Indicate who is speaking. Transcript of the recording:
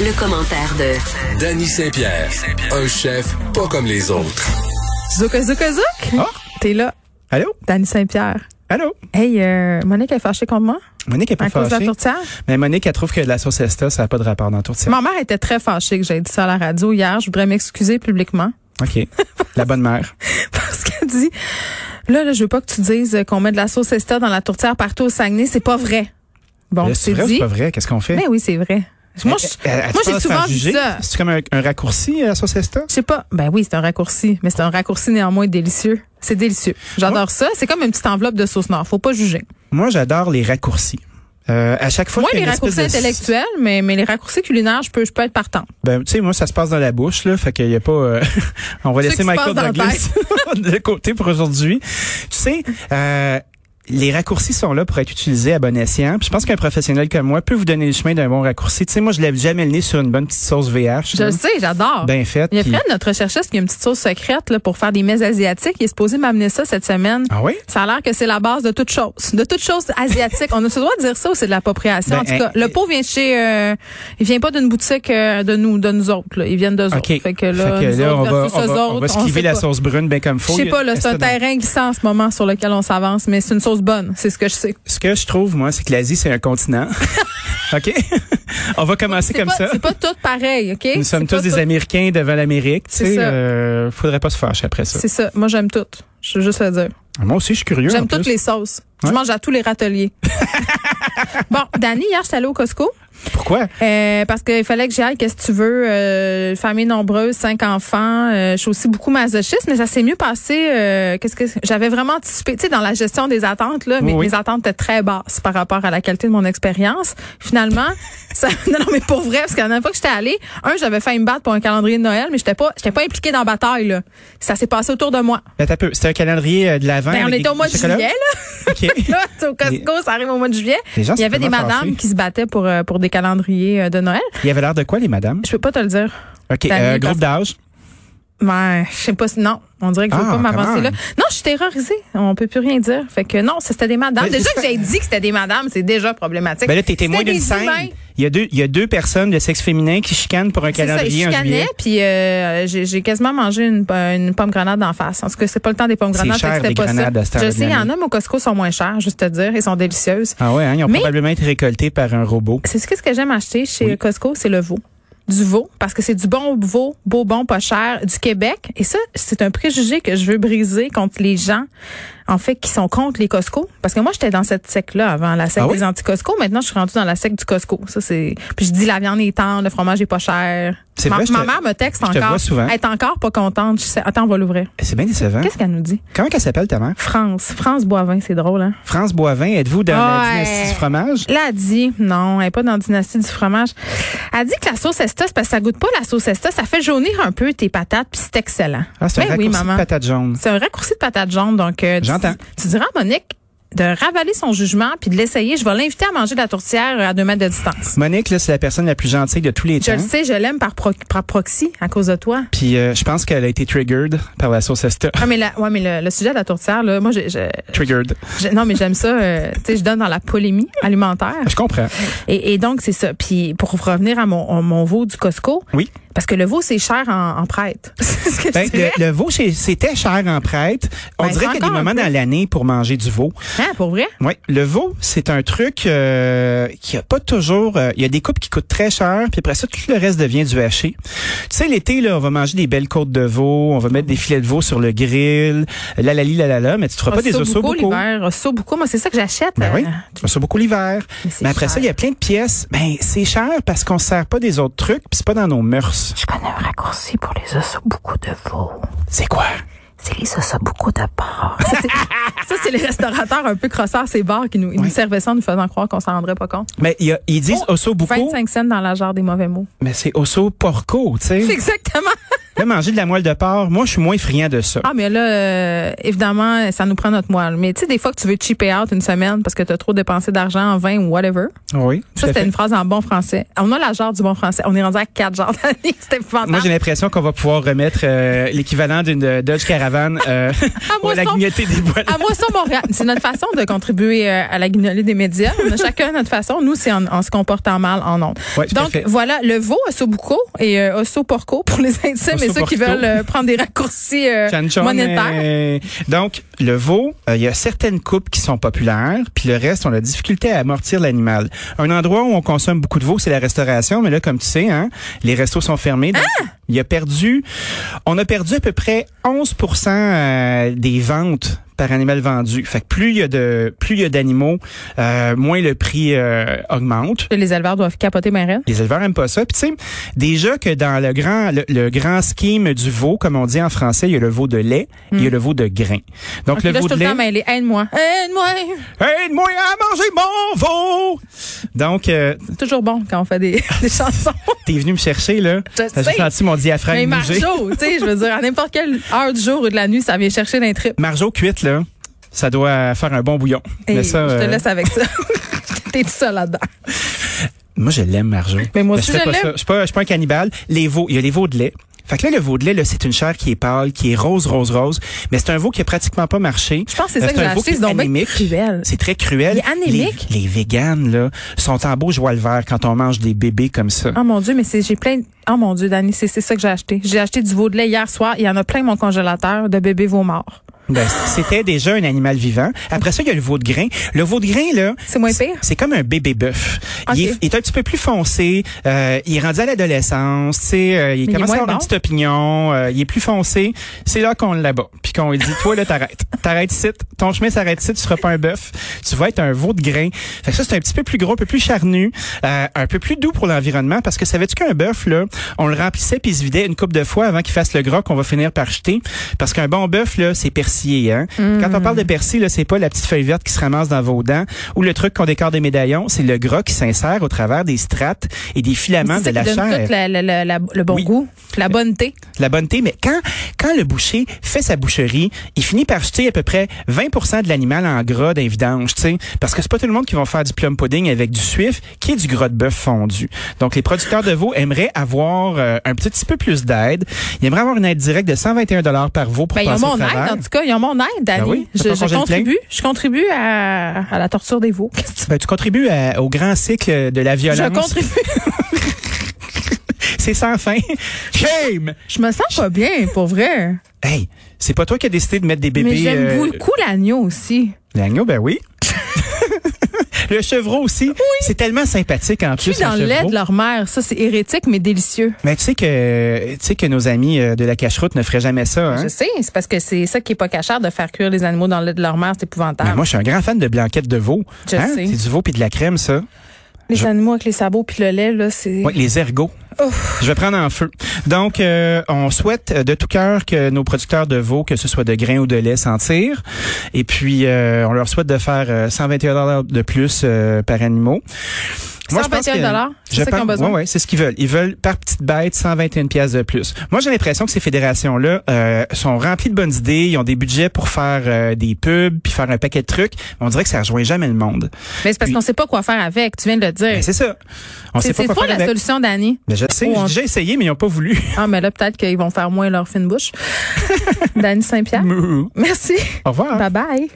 Speaker 1: le commentaire de
Speaker 2: Danny Saint-Pierre, un chef pas comme les autres.
Speaker 3: Zouk, zouk, zouk.
Speaker 4: Ah.
Speaker 3: T'es là,
Speaker 4: Allô?
Speaker 3: Danny Saint-Pierre.
Speaker 4: Allô?
Speaker 3: Hey, euh, Monique est fâchée contre moi
Speaker 4: Monique est pas
Speaker 3: à cause de la
Speaker 4: fâchée.
Speaker 3: tourtière.
Speaker 4: Mais Monique, elle trouve que de la sauce Esta, ça n'a pas de rapport dans la tourtière.
Speaker 3: Ma mère était très fâchée que j'ai dit ça à la radio hier. Je voudrais m'excuser publiquement
Speaker 4: OK. la bonne mère.
Speaker 3: parce qu'elle dit là, là, je veux pas que tu dises qu'on met de la sauce Esta dans la tourtière partout au Saguenay. C'est pas vrai. Bon,
Speaker 4: Là, c'est
Speaker 3: c'est
Speaker 4: vrai ou c'est
Speaker 3: dit.
Speaker 4: pas vrai? Qu'est-ce qu'on fait?
Speaker 3: Mais oui, c'est vrai. Moi, je- moi, j'ai souvent vu ça.
Speaker 4: C'est comme un, un raccourci, euh, la sauce Esta?
Speaker 3: Je sais pas. Ben oui, c'est un raccourci, mais c'est un raccourci néanmoins délicieux. C'est délicieux. J'adore ça. C'est comme une petite enveloppe de sauce noire. Faut pas juger.
Speaker 4: Moi, j'adore les raccourcis. Euh, à chaque fois
Speaker 3: Moi,
Speaker 4: qu'il y
Speaker 3: les
Speaker 4: a une espèce
Speaker 3: raccourcis
Speaker 4: de-
Speaker 3: intellectuels, mais, mais les raccourcis culinaires, je peux, je peux être partante.
Speaker 4: Ben, tu sais, moi, ça se passe dans la bouche, là. Fait qu'il y a pas, euh, on va
Speaker 3: Ceux qui
Speaker 4: laisser
Speaker 3: se
Speaker 4: Michael
Speaker 3: passent dans la
Speaker 4: Douglas de côté pour aujourd'hui. Tu sais, euh, les raccourcis sont là pour être utilisés à bon escient. Puis je pense qu'un professionnel comme moi peut vous donner le chemin d'un bon raccourci. Tu sais, moi, je lève jamais le nez sur une bonne petite sauce
Speaker 3: Je
Speaker 4: VH. là,
Speaker 3: le sais, j'adore.
Speaker 4: Bien faite.
Speaker 3: Il y a
Speaker 4: Ben, puis-
Speaker 3: Fred, notre chercheuse, qui a une petite sauce secrète là, pour faire des mets asiatiques. Il est supposé m'amener ça cette semaine.
Speaker 4: Ah oui?
Speaker 3: Ça a l'air que c'est la base de toute chose, de toute chose asiatique. On a ce droit de dire ça ou c'est de l'appropriation.
Speaker 4: Ben,
Speaker 3: en tout cas,
Speaker 4: hein,
Speaker 3: le pot vient de chez, euh, il vient pas d'une boutique euh, de nous, de nous autres. Là. Ils viennent d'eux
Speaker 4: OK.
Speaker 3: autres. Fait que là,
Speaker 4: Fait que
Speaker 3: nous
Speaker 4: là,
Speaker 3: autres
Speaker 4: on, va,
Speaker 3: versus
Speaker 4: on,
Speaker 3: eux
Speaker 4: va, on
Speaker 3: autres,
Speaker 4: va
Speaker 3: on
Speaker 4: esquiver
Speaker 3: sait
Speaker 4: la
Speaker 3: pas.
Speaker 4: sauce brune bien comme faut.
Speaker 3: Je sais pas, là, c'est un
Speaker 4: Est-ce que dans-
Speaker 3: terrain glissant en ce moment sur lequel on s'avance, mais c'est une sauce bonne. C'est ce que je sais.
Speaker 4: Ce que je trouve, moi, c'est que l'Asie, c'est un continent. OK? on va commencer
Speaker 3: C'est
Speaker 4: comme
Speaker 3: pas,
Speaker 4: ça.
Speaker 3: C'est pas tout pareil, OK?
Speaker 4: Nous sommes
Speaker 3: C'est pas
Speaker 4: tous des
Speaker 3: tout-
Speaker 4: Américains devant l'Amérique. Tu
Speaker 3: C'est
Speaker 4: sais,
Speaker 3: ça.
Speaker 4: euh, faudrait pas se fâcher après ça.
Speaker 3: C'est ça. Moi, j'aime tout. Je veux juste le dire.
Speaker 4: Ah, Moi aussi, je suis curieux. en
Speaker 3: J'aime
Speaker 4: plus.
Speaker 3: toutes les sauces. Je
Speaker 4: Ouais.
Speaker 3: mange à tous les râteliers. bon, Dani, hier, j'étais allée au Costco
Speaker 4: Pourquoi?
Speaker 3: euh, parce qu'il fallait que j'y aille. Qu'est-ce que tu veux? Euh, famille nombreuse, cinq enfants. Euh, je suis aussi beaucoup masochiste, mais ça s'est mieux passé. euh, Qu'est-ce que j'avais vraiment anticipé? Tu sais, dans la gestion des attentes, là, mes,
Speaker 4: Oui, oui.
Speaker 3: mes attentes étaient très basses par rapport à la qualité de mon expérience. Finalement, ça, non, non, mais pour vrai, parce que la dernière fois que j'étais allée, un, j'avais failli me battre pour un calendrier de Noël, mais j'étais pas, j'étais pas impliquée dans la bataille. Là. Ça s'est passé autour de moi.
Speaker 4: Ben, t'as peu. C'était un calendrier euh, de l'avant.
Speaker 3: Ben, on était au mois de juillet, là. Là, c'est au Costco, ça arrive au mois de juillet.
Speaker 4: Les gens
Speaker 3: Il y
Speaker 4: sont
Speaker 3: avait des
Speaker 4: tellement
Speaker 3: madames
Speaker 4: fâchés.
Speaker 3: qui se battaient pour, euh, pour des calendriers euh, de Noël.
Speaker 4: Il y avait l'air de quoi, les madames?
Speaker 3: Je peux pas te le dire.
Speaker 4: OK.
Speaker 3: T'as
Speaker 4: euh,
Speaker 3: mis
Speaker 4: groupe d'âge.
Speaker 3: Mais je sais pas si. Non, on dirait que je veux
Speaker 4: Ah,
Speaker 3: pas m'avancer
Speaker 4: come
Speaker 3: là. Non, je suis terrorisée. On peut plus rien dire. Fait que non, ça, c'était des madames.
Speaker 4: Mais
Speaker 3: Déjà
Speaker 4: c'est
Speaker 3: que
Speaker 4: ça.
Speaker 3: j'ai dit que c'était des madames, c'est déjà problématique.
Speaker 4: Ben là, t'es témoin
Speaker 3: C'était
Speaker 4: d'une
Speaker 3: des
Speaker 4: scène.
Speaker 3: humains.
Speaker 4: Il y, a deux, il y a deux personnes de sexe féminin qui chicanent pour un
Speaker 3: C'est ça, je
Speaker 4: calendrier en
Speaker 3: chicanais,
Speaker 4: juillet.
Speaker 3: puis euh, j'ai j'ai quasiment mangé une, une pomme grenade d'en face. En tout cas, c'est pas le temps des pommes
Speaker 4: C'est
Speaker 3: grenades,
Speaker 4: cher,
Speaker 3: fait que c'était
Speaker 4: des
Speaker 3: pas
Speaker 4: grenades à cette
Speaker 3: ça.
Speaker 4: heure
Speaker 3: Je
Speaker 4: de
Speaker 3: sais, il y en
Speaker 4: l'année.
Speaker 3: a, mais au Costco, sont moins chères, juste te dire. Ils sont délicieuses.
Speaker 4: Ah ouais, hein, ils ont
Speaker 3: Mais-
Speaker 4: probablement été récoltés par un robot.
Speaker 3: C'est ce que ce que j'aime acheter chez
Speaker 4: Oui.
Speaker 3: Costco, c'est le veau. Du veau, parce que c'est du bon veau, beau bon, pas cher, du Québec. Et ça, c'est un préjugé que je veux briser contre les gens, en fait, qui sont contre les Costco. Parce que moi, j'étais dans cette secte-là avant, la secte
Speaker 4: Ah oui?
Speaker 3: des anti-Costco. Maintenant, je suis rendue dans la secte du Costco. Ça, c'est. Puis je dis, la viande est tendre, le fromage est pas cher.
Speaker 4: C'est
Speaker 3: ma,
Speaker 4: vrai, je
Speaker 3: ma
Speaker 4: te-
Speaker 3: mère me texte
Speaker 4: je te
Speaker 3: encore.
Speaker 4: vois souvent. Hein?
Speaker 3: Elle est encore pas contente. Je sais- attends, on va l'ouvrir.
Speaker 4: Eh, C'est bien décevant.
Speaker 3: Qu'est-ce qu'elle nous dit?
Speaker 4: Comment qu'elle s'appelle, ta mère?
Speaker 3: France. France Boivin, c'est drôle, hein?
Speaker 4: France Boivin, êtes-vous dans
Speaker 3: Ouais.
Speaker 4: la dynastie du fromage?
Speaker 3: Là, elle dit, non, elle n'est pas dans la dynastie du fromage. Elle dit que la sauce Esta, c'est parce que ça goûte pas la sauce Esta, ça fait jaunir un peu tes patates, puis c'est excellent.
Speaker 4: Ah, c'est un
Speaker 3: Ben oui,
Speaker 4: raccourci
Speaker 3: maman.
Speaker 4: de patate jaune.
Speaker 3: C'est un raccourci de patate jaune, donc euh, tu-
Speaker 4: J'entends.
Speaker 3: Tu, diras à Monique de ravaler son jugement puis de l'essayer. Je vais l'inviter à manger de la tourtière euh, à deux mètres de distance.
Speaker 4: Monique, là, c'est la personne la plus gentille de tous les
Speaker 3: Je
Speaker 4: temps.
Speaker 3: le sais, je l'aime par, pro- par proxy à cause de toi.
Speaker 4: Puis euh, je pense qu'elle a été triggered par la sauce Esta.
Speaker 3: Ah, mais, la- ouais, mais le, le sujet de la tourtière, là, moi, je, je-
Speaker 4: triggered.
Speaker 3: je- non, mais j'aime ça. euh, tu sais, je donne dans la polémie alimentaire.
Speaker 4: Ah, Je comprends.
Speaker 3: Et, et donc, c'est ça. Puis, pour revenir à mon, à mon veau du Costco.
Speaker 4: Oui.
Speaker 3: Parce que le veau, c'est cher en, en prête. c'est ce que
Speaker 4: Ben,
Speaker 3: je dirais.
Speaker 4: le, le veau, c'est- c'était cher en prête. On
Speaker 3: Ben,
Speaker 4: dirait qu'il y a des
Speaker 3: encore un
Speaker 4: moments
Speaker 3: peu.
Speaker 4: dans l'année pour manger du veau.
Speaker 3: Hein, pour vrai?
Speaker 4: Oui, le veau, c'est un truc euh, qui a pas toujours. euh, Il y a des coupes qui coûtent très cher, puis après ça, tout le reste devient du haché. Tu sais, l'été, là, on va manger des belles côtes de veau, on va mettre des filets de veau sur le grill, la la li, la la la, mais tu te feras pas des
Speaker 3: Osso
Speaker 4: osseaux
Speaker 3: bucco
Speaker 4: beaucoup.
Speaker 3: Ah, l'hiver. Osso bucco, moi, c'est ça que j'achète.
Speaker 4: Ben oui,
Speaker 3: Euh,
Speaker 4: ça beaucoup l'hiver.
Speaker 3: Mais c'est
Speaker 4: Mais après
Speaker 3: cher.
Speaker 4: ça, il y a plein de pièces. Ben, c'est cher parce qu'on se sert pas des autres trucs, puis c'est pas dans nos mœurs.
Speaker 5: Je connais un raccourci pour les os beaucoup de veau.
Speaker 4: C'est quoi?
Speaker 5: C'est les os beaucoup de porc.
Speaker 3: ça, c'est- ça, c'est les restaurateurs un peu crosseurs, ces bars qui nous, ils nous servaient ça en nous faisant croire qu'on s'en rendrait pas compte.
Speaker 4: Mais il y a- ils
Speaker 3: Oh,
Speaker 4: disent osso beaucoup,
Speaker 3: 25 cents dans la jarre des mauvais mots.
Speaker 4: mais c'est osso porco, tu sais.
Speaker 3: Exactement.
Speaker 4: Là, manger de la moelle de porc, moi, je suis moins friand de ça.
Speaker 3: Ah, mais là, euh, évidemment, ça nous prend notre moelle. Mais tu sais, des fois que tu veux cheaper out une semaine parce que tu as trop dépensé d'argent en vin ou whatever.
Speaker 4: Oui. tout
Speaker 3: Ça,
Speaker 4: à
Speaker 3: c'était
Speaker 4: fait.
Speaker 3: une phrase en bon français. On a la genre du bon français. On est rendu à quatre genres d'années. C'était
Speaker 4: Moi, j'ai
Speaker 3: épouvantable.
Speaker 4: l'impression qu'on va pouvoir remettre euh, l'équivalent d'une euh, Dodge Caravan euh,
Speaker 3: À
Speaker 4: à la
Speaker 3: moisson-
Speaker 4: guignotée des bois.
Speaker 3: À Moisson Montréal. C'est notre façon de contribuer euh, à la guignolée des médias. On a chacun notre façon. Nous, c'est en, en se comportant mal en ondes.
Speaker 4: Ouais, tout à
Speaker 3: Donc,
Speaker 4: fait.
Speaker 3: voilà, le veau, osso buco et euh, osso porco pour les intimes et ceux qui
Speaker 4: Porco.
Speaker 3: veulent euh, prendre des raccourcis euh,
Speaker 4: Chan Chon,
Speaker 3: monétaires.
Speaker 4: euh, donc, le veau, euh, il y a certaines coupes qui sont populaires, puis le reste, on a difficulté à amortir l'animal. Un endroit où on consomme beaucoup de veau, c'est la restauration, mais là, comme tu sais, hein, les restos sont fermés. donc Il a perdu, on a perdu à peu près 11 euh, des ventes par animal vendu. Fait que plus il y a de, plus il y a d'animaux, euh, moins le prix euh, augmente.
Speaker 3: Les éleveurs doivent capoter ben, ma reine.
Speaker 4: Les éleveurs aiment pas ça. Puis tu sais, déjà que dans le grand le, le grand scheme du veau, comme on dit en français, il y a le veau de lait, et il y a le veau de grain. Donc
Speaker 3: Hmm. Ok,
Speaker 4: le
Speaker 3: là, je
Speaker 4: veau
Speaker 3: suis tout
Speaker 4: de
Speaker 3: le
Speaker 4: lait,
Speaker 3: temps mêlée. Aide-moi. Aide-moi.
Speaker 4: aide-moi à manger mon veau. Donc euh,
Speaker 3: C'est toujours bon quand on fait des, des chansons.
Speaker 4: t'es venu me chercher là.
Speaker 3: Je
Speaker 4: T'as
Speaker 3: sais.
Speaker 4: juste senti mon
Speaker 3: Mais
Speaker 4: diaphragme bouger.
Speaker 3: Marjo, tu sais, je veux dire, à n'importe quelle heure du jour ou de la nuit, ça vient chercher d'un trip.
Speaker 4: Marjo cuite là, ça doit faire un bon bouillon.
Speaker 3: Et
Speaker 4: Mais ça,
Speaker 3: je te
Speaker 4: euh,
Speaker 3: laisse avec ça. T'es tout seul là-dedans.
Speaker 4: Moi, je l'aime, Marjo.
Speaker 3: Mais moi aussi,
Speaker 4: je fais
Speaker 3: je
Speaker 4: pas
Speaker 3: l'aime.
Speaker 4: ça. Je suis pas, je suis pas un cannibale. Les veaux, il y a les veaux de lait. Fait que là, le veau de lait, là, c'est une chair qui est pâle, qui est rose, rose, rose. Mais c'est un veau qui a pratiquement pas marché.
Speaker 3: Je pense que c'est ça
Speaker 4: Euh,
Speaker 3: que j'ai
Speaker 4: un veau
Speaker 3: acheté.
Speaker 4: qui
Speaker 3: C'est
Speaker 4: est
Speaker 3: donc bien
Speaker 4: anémique.
Speaker 3: cruel.
Speaker 4: C'est très cruel.
Speaker 3: Il est anémique?
Speaker 4: Les, les véganes, là, sont en beau joie le vert quand on mange des bébés comme ça.
Speaker 3: Oh mon Dieu, mais c'est- j'ai plein. de- Oh mon Dieu, Dani, c'est c'est ça que j'ai acheté. J'ai acheté du veau de lait hier soir. Il y en a plein dans mon congélateur de bébés veaux morts.
Speaker 4: Ben, c'était déjà un animal vivant. Après ça, il y a le veau de grain. Le veau de grain, là.
Speaker 3: C'est moins pire?
Speaker 4: C'est comme un bébé bœuf.
Speaker 3: Ok.
Speaker 4: Il, est, il est un petit peu plus foncé. euh, il est rendu à l'adolescence. tu sais, euh, il
Speaker 3: Mais il est
Speaker 4: commence à
Speaker 3: moins
Speaker 4: avoir une
Speaker 3: bon.
Speaker 4: petite opinion. euh, il est plus foncé. C'est là qu'on l'abat. Puis qu'on lui dit, toi, là, t'arrêtes. T'arrêtes ici. Ton chemin s'arrête ici. Tu seras pas un bœuf. Tu vas être un veau de grain. Fait que ça, c'est un petit peu plus gros, un peu plus charnu, euh, un peu plus doux pour l'environnement. Parce que savais-tu qu'un bœuf, là, on le remplissait puis il se vidait une coupe de fois avant qu'il fasse le gras qu'on va finir par jeter. Parce qu'un bon bœuf, là, c'est persillé. Hein?
Speaker 3: Mm.
Speaker 4: Quand on parle de persil, là, c'est pas la petite feuille verte qui se ramasse dans vos dents ou le truc qu'on décore des médaillons, c'est le gras qui s'insère au travers des strates et des filaments
Speaker 3: C'est
Speaker 4: de
Speaker 3: ça
Speaker 4: la
Speaker 3: qui donne
Speaker 4: chair.
Speaker 3: tout la- la- la- la- le bon
Speaker 4: Oui.
Speaker 3: goût, la bonne thé.
Speaker 4: La bonneté, mais quand, quand le boucher fait sa boucherie, il finit par jeter à peu près 20 de l'animal en gras d'un vidange, tu sais. Parce que c'est pas tout le monde qui va faire du plum pudding avec du suif, qui est du gras de bœuf fondu. Donc, les producteurs de veau aimeraient avoir euh, un petit peu plus d'aide. Ils aimeraient avoir une aide directe de 121 par veau pour
Speaker 3: Ben, ils ont
Speaker 4: passer au
Speaker 3: mon aide,
Speaker 4: travers.
Speaker 3: en tout cas. Ils ont mon aide, Dani.
Speaker 4: Ben oui,
Speaker 3: je,
Speaker 4: t'as pas
Speaker 3: je
Speaker 4: mangé le plein?
Speaker 3: contribue. Je contribue à, à la torture des veaux.
Speaker 4: Ben, tu contribues à- au grand cycle de la
Speaker 3: Je
Speaker 4: violence.
Speaker 3: contribue.
Speaker 4: C'est sans fin. Shame!
Speaker 3: Je me sens pas bien, pour vrai.
Speaker 4: Hey, c'est pas toi qui as décidé de mettre des bébés.
Speaker 3: Mais j'aime
Speaker 4: euh,
Speaker 3: beaucoup l'agneau aussi.
Speaker 4: L'agneau, ben oui. le chevreau aussi. C'est tellement sympathique en
Speaker 3: Puis
Speaker 4: plus.
Speaker 3: dans
Speaker 4: un
Speaker 3: le lait
Speaker 4: chevreau.
Speaker 3: de leur mère, ça c'est hérétique mais délicieux.
Speaker 4: Mais tu sais que tu sais que nos amis euh, de la cacheroute ne feraient jamais ça. Hein?
Speaker 3: Je sais, c'est parce que c'est ça qui est pas cachère de faire cuire les animaux dans le lait de leur mère, c'est
Speaker 4: Mais
Speaker 3: épouvantable.
Speaker 4: moi, je suis un grand fan de blanquette de veau.
Speaker 3: Je
Speaker 4: Hein?
Speaker 3: sais.
Speaker 4: C'est du veau puis de la crème, ça.
Speaker 3: les
Speaker 4: je-
Speaker 3: animaux avec les sabots puis le lait là, c'est
Speaker 4: Ouais, les ergots.
Speaker 3: Ouf.
Speaker 4: Je vais prendre en feu. Donc, euh, on souhaite euh, de tout cœur que nos producteurs de veau, que ce soit de grains ou de lait, s'en tirent. Et puis, euh, on leur souhaite de faire euh, 121 dollars de plus euh, par animaux. je pense
Speaker 3: 121 dollars? C'est
Speaker 4: je
Speaker 3: ça qu'ils ont
Speaker 4: pense-
Speaker 3: besoin?
Speaker 4: ouais, ouais, c'est ce qu'ils veulent. Ils veulent par petite bête 121 pièces de plus. Moi, j'ai l'impression que ces fédérations là euh, sont remplies de bonnes idées, ils ont des budgets pour faire euh, des pubs, puis faire un paquet de trucs. On dirait que ça rejoint jamais le monde.
Speaker 3: Mais c'est parce
Speaker 4: Puis-
Speaker 3: qu'on sait pas quoi faire avec, tu viens de le dire.
Speaker 4: Mais c'est ça. On
Speaker 3: C'est
Speaker 4: sait pas
Speaker 3: c'est
Speaker 4: quoi
Speaker 3: toi
Speaker 4: faire
Speaker 3: la
Speaker 4: avec.
Speaker 3: solution Dani.
Speaker 4: Mais je sais,
Speaker 3: Ou on-
Speaker 4: j'ai déjà essayé mais ils ont pas voulu.
Speaker 3: Ah mais là peut-être qu'ils vont faire moins leur
Speaker 4: Mm.
Speaker 3: fine bouche. Dani Saint-Pierre.
Speaker 4: Au Ah.
Speaker 3: Merci.
Speaker 4: revoir.
Speaker 3: Bye bye.